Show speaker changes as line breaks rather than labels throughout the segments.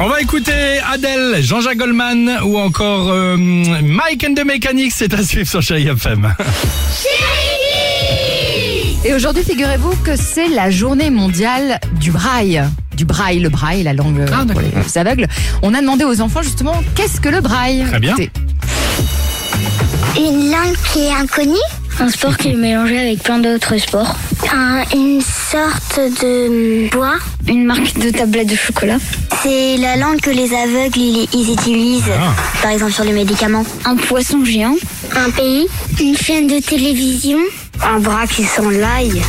On va écouter Adèle, Jean-Jacques Goldman ou encore euh, Mike and the Mechanics. C'est à suivre sur Chérie FM.
Et aujourd'hui, figurez-vous que c'est la journée mondiale du braille. Du braille, le braille, la langue euh,
Ah,
pour les les aveugles. On a demandé aux enfants justement qu'est-ce que le braille.
Très bien.
Écoutez.
Une langue qui est inconnue
Un sport qui est mélangé avec plein d'autres sports.
Un- Une sorte de hum, bois
Une marque de tablette de chocolat.
C'est la langue que les aveugles ils, ils utilisent, par exemple sur les médicaments.
Un poisson géant.
Un pays Une chaîne de télévision Un bras qui s'enlaille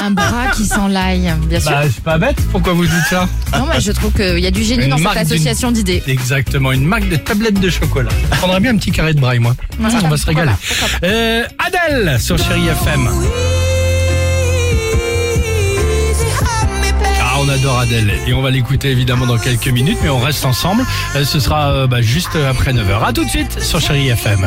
Un bras qui s'enlaille, bien sûr.
je suis Bah, pas bête. Pourquoi vous dites ça
non, mais je trouve qu'il y a du génie
Une
dans cette
marque d'une-
association d'idées.
Exactement, une marque de tablette de chocolat. Je prendrais bien un petit carré de braille, moi.
Voilà,
On va se régaler.
voilà, pourquoi
Euh, Adèle sur Chérie FM. Ah, on adore Adèle et on va l'écouter évidemment dans quelques minutes, mais on reste ensemble. Euh, ce sera euh, bah, juste après 9h. À tout de suite sur Chérie FM.